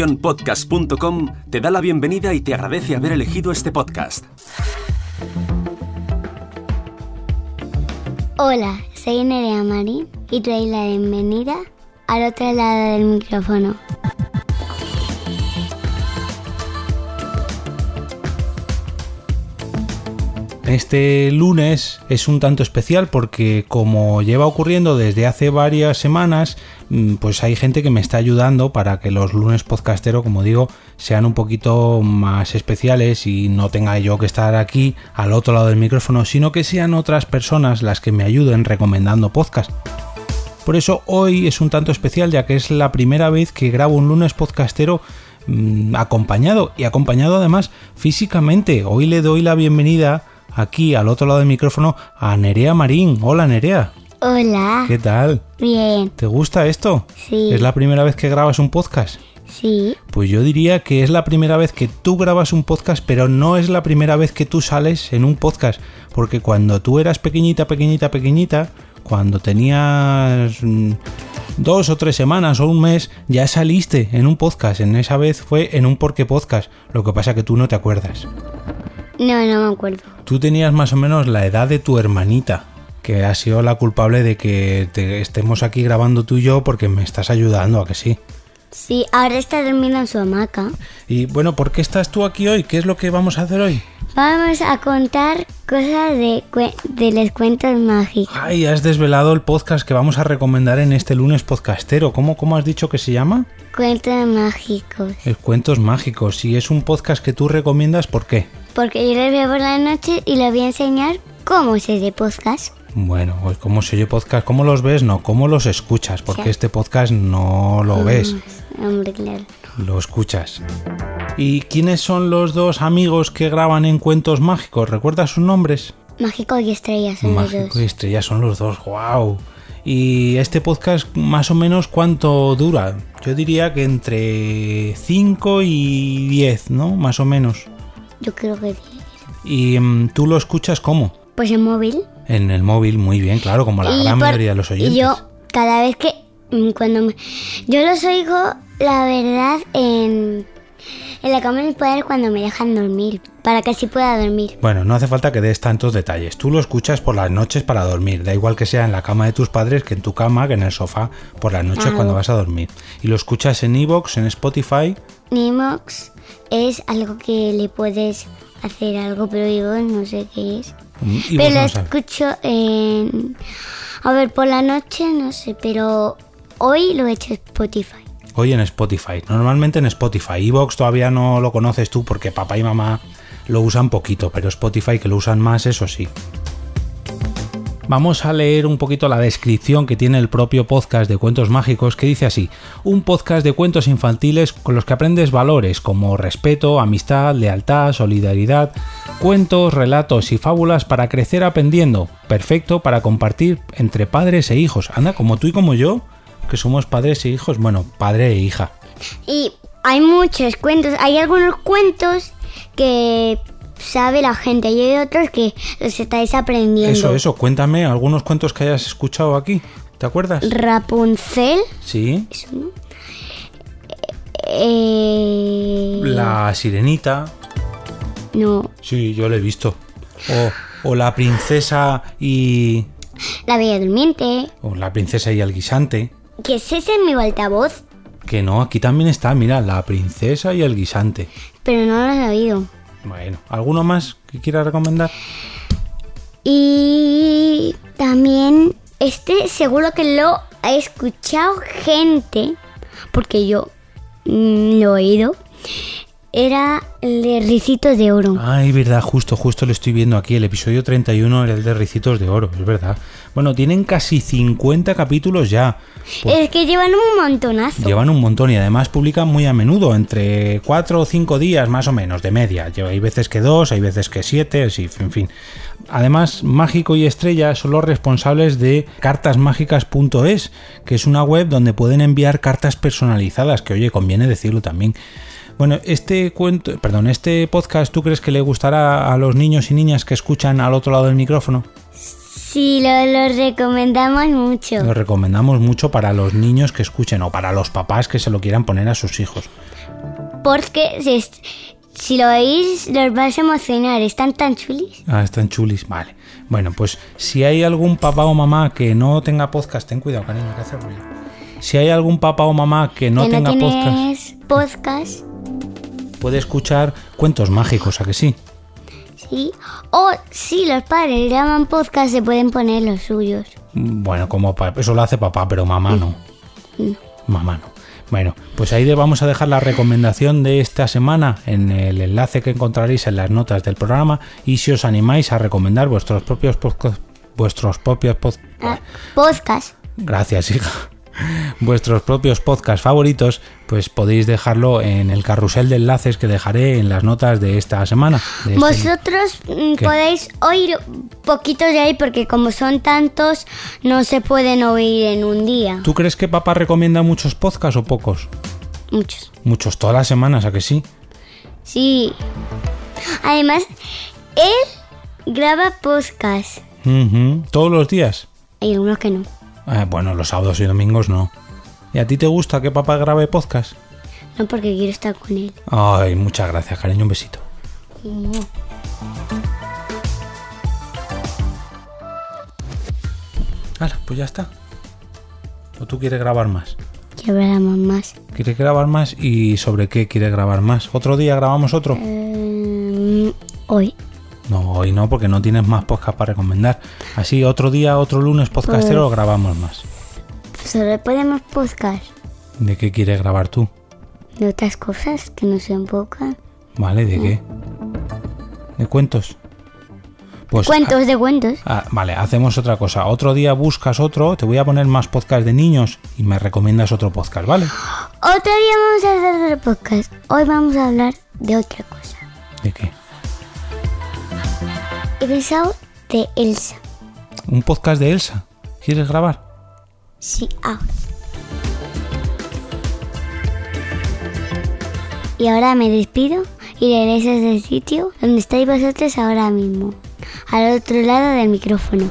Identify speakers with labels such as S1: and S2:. S1: Naciónpodcast.com te da la bienvenida y te agradece haber elegido este podcast.
S2: Hola, soy Nerea Marín y te doy la bienvenida al otro lado del micrófono.
S3: Este lunes es un tanto especial porque como lleva ocurriendo desde hace varias semanas, pues hay gente que me está ayudando para que los lunes podcastero, como digo, sean un poquito más especiales y no tenga yo que estar aquí al otro lado del micrófono, sino que sean otras personas las que me ayuden recomendando podcasts. Por eso hoy es un tanto especial ya que es la primera vez que grabo un lunes podcastero mmm, acompañado y acompañado además físicamente. Hoy le doy la bienvenida aquí al otro lado del micrófono a Nerea Marín. Hola Nerea.
S2: Hola.
S3: ¿Qué tal?
S2: Bien.
S3: ¿Te gusta esto?
S2: Sí.
S3: ¿Es la primera vez que grabas un podcast?
S2: Sí.
S3: Pues yo diría que es la primera vez que tú grabas un podcast, pero no es la primera vez que tú sales en un podcast. Porque cuando tú eras pequeñita, pequeñita, pequeñita, cuando tenías mm, dos o tres semanas o un mes, ya saliste en un podcast. En esa vez fue en un porque podcast. Lo que pasa que tú no te acuerdas.
S2: No, no me acuerdo.
S3: Tú tenías más o menos la edad de tu hermanita, que ha sido la culpable de que te estemos aquí grabando tú y yo porque me estás ayudando, a que sí.
S2: Sí, ahora está dormido en su hamaca.
S3: Y bueno, ¿por qué estás tú aquí hoy? ¿Qué es lo que vamos a hacer hoy?
S2: Vamos a contar cosas de, cue- de los cuentos mágicos.
S3: Ay, has desvelado el podcast que vamos a recomendar en este lunes podcastero. ¿Cómo, cómo has dicho que se llama?
S2: Cuentos mágicos.
S3: El Cuentos Mágicos. Y es un podcast que tú recomiendas, ¿por qué?
S2: Porque yo los veo por la noche y les voy a enseñar cómo se de podcast.
S3: Bueno, pues cómo se oye podcast, cómo los ves, no, cómo los escuchas, porque
S2: Sí.
S3: este podcast no lo ves.
S2: Hombre, claro.
S3: lo escuchas. ¿Y quiénes son los dos amigos que graban en Cuentos Mágicos? ¿Recuerdas sus nombres?
S2: Mágico y estrellas son los
S3: Mágico y
S2: dos.
S3: Estrella son los dos, wow. ¿Y este podcast más o menos cuánto dura? Yo diría que entre 5 y 10, ¿no? Más o menos.
S2: Yo creo que sí.
S3: ¿Y mm, tú lo escuchas cómo?
S2: Pues el móvil.
S3: En el móvil, muy bien, claro, como la
S2: Y
S3: gran
S2: por-
S3: mayoría de los oyentes.
S2: Y yo, cada vez que. mm, cuando me- Yo los oigo, la verdad, en. En la cama de mis padres cuando me dejan dormir. Para que así pueda dormir.
S3: Bueno, no hace falta que des tantos detalles. Tú lo escuchas por las noches para dormir. Da igual que sea en la cama de tus padres, que en tu cama, que en el sofá, por las noches
S2: Claro.
S3: cuando vas a dormir. Y lo escuchas en Evox, en Spotify.
S2: Nimox es algo que le puedes hacer algo, pero digo, no sé qué es.
S3: Mm, y vos
S2: pero
S3: no
S2: lo
S3: sabes.
S2: escucho en. A ver, por la noche, no sé, pero hoy lo he hecho en Spotify.
S3: Hoy en Spotify. Normalmente en Spotify. Evox todavía no lo conoces tú porque papá y mamá lo usan poquito, pero Spotify que lo usan más, eso sí. Vamos a leer un poquito la descripción que tiene el propio podcast de Cuentos Mágicos, que dice así, un podcast de cuentos infantiles con los que aprendes valores como respeto, amistad, lealtad, solidaridad, cuentos, relatos y fábulas para crecer aprendiendo, perfecto para compartir entre padres e hijos. Anda, como tú y como yo, que somos padres e hijos, bueno, padre e hija.
S2: Y hay muchos cuentos. Hay algunos cuentos que sabe la gente y hay otros que los estáis aprendiendo.
S3: Eso, eso, cuéntame algunos cuentos que hayas escuchado aquí, ¿te acuerdas?
S2: Rapunzel.
S3: Sí,
S2: Eso, ¿no? Eh,
S3: la sirenita,
S2: No,
S3: Sí, yo lo he visto. O, o la princesa y.
S2: la Bella Durmiente.
S3: O la princesa y el guisante.
S2: Que es ese en mi altavoz,
S3: Que no, aquí también está, mira, la princesa y el guisante.
S2: pero no lo he oído.
S3: Bueno, ¿alguno más que quieras recomendar?
S2: Y también este seguro que lo ha escuchado gente, porque yo mm, lo he oído. Era el de Ricitos de Oro.
S3: Ay, verdad, justo, justo lo estoy viendo aquí. El episodio 31 era el de Ricitos de Oro, es verdad. Bueno, tienen casi 50 capítulos ya. Pues
S2: es que llevan un montonazo.
S3: Llevan un montón y además publican muy a menudo, entre 4 o 5 días más o menos, de media. Lleva- Hay veces que 2, hay veces que 7, sí, en fin. Además, Mágico y Estrella son los responsables de cartasmágicas.es, que es una web donde pueden enviar cartas personalizadas, que oye, conviene decirlo también. Bueno, este cuento, perdón, este podcast, ¿tú crees que le gustará a los niños y niñas que escuchan al otro lado del micrófono?
S2: Sí, lo, lo recomendamos mucho.
S3: Lo recomendamos mucho para los niños que escuchen o para los papás que se lo quieran poner a sus hijos.
S2: Porque si, es- si lo oís, los vais a emocionar. Están tan chulis.
S3: Ah, están chulis, vale. Bueno, pues si hay algún papá o mamá que no tenga podcast, ten cuidado, cariño, que hace ruido. Si hay algún papá o mamá que no
S2: que
S3: tenga
S2: no
S3: podcast,
S2: tienes podcast.
S3: puede escuchar cuentos mágicos, ¿a que sí?
S2: ¿sí? O si los padres graban podcast, se pueden poner los suyos.
S3: Bueno, como pa- eso lo hace papá, pero mamá no. Mm.
S2: No.
S3: Mamá no. Bueno, pues ahí de- vamos a dejar la recomendación de esta semana en el enlace que encontraréis en las notas del programa y si os animáis a recomendar vuestros propios podcasts, vuestros propios podcasts,
S2: Ah, podcast.
S3: Gracias, hija. Vuestros propios podcasts favoritos, pues podéis dejarlo en el carrusel de enlaces que dejaré en las notas de esta semana. de este-
S2: Vosotros mm,
S3: ¿Qué?
S2: podéis oír poquitos de ahí porque como son tantos, no se pueden oír en un día.
S3: ¿Tú crees que papá recomienda muchos podcasts o pocos?
S2: Muchos.
S3: Muchos, todas las semanas, ¿a que sí?
S2: Sí. Además, él graba podcast.
S3: Ujú, Todos los días.
S2: Hay algunos que no.
S3: Ah, bueno, los sábados y domingos no. ¿Y a ti te gusta que papá grabe podcast?
S2: No porque quiero estar con él.
S3: Ay, muchas gracias, cariño, un besito. Hala, pues ya está. ¿O tú quieres grabar más?
S2: Ya hablamos más.
S3: ¿Quieres grabar más? ¿Y sobre qué quieres grabar más? ¿Otro día grabamos otro?
S2: Eh, hoy.
S3: No, hoy no, porque no tienes más podcast para recomendar. Así, otro día, otro lunes, podcastero, grabamos más.
S2: Solo podemos podcast
S3: ¿De qué quieres grabar tú?
S2: de otras cosas que nos enfocan.
S3: ¿Vale? ¿De qué? ¿De cuentos? Pues,
S2: Cuentos de cuentos.
S3: ah, vale, hacemos otra cosa. Otro día buscas otro, te voy a poner más podcast de niños y me recomiendas otro podcast, ¿vale?
S2: Otro día vamos a hacer otro podcast. Hoy vamos a hablar de otra cosa.
S3: ¿De qué?
S2: He pensado de Elsa.
S3: ¿Un podcast de Elsa? ¿Quieres grabar?
S2: Sí, ah. ahora. Y ahora me despido y regreso a ese sitio donde estáis vosotros ahora mismo, al otro lado del micrófono.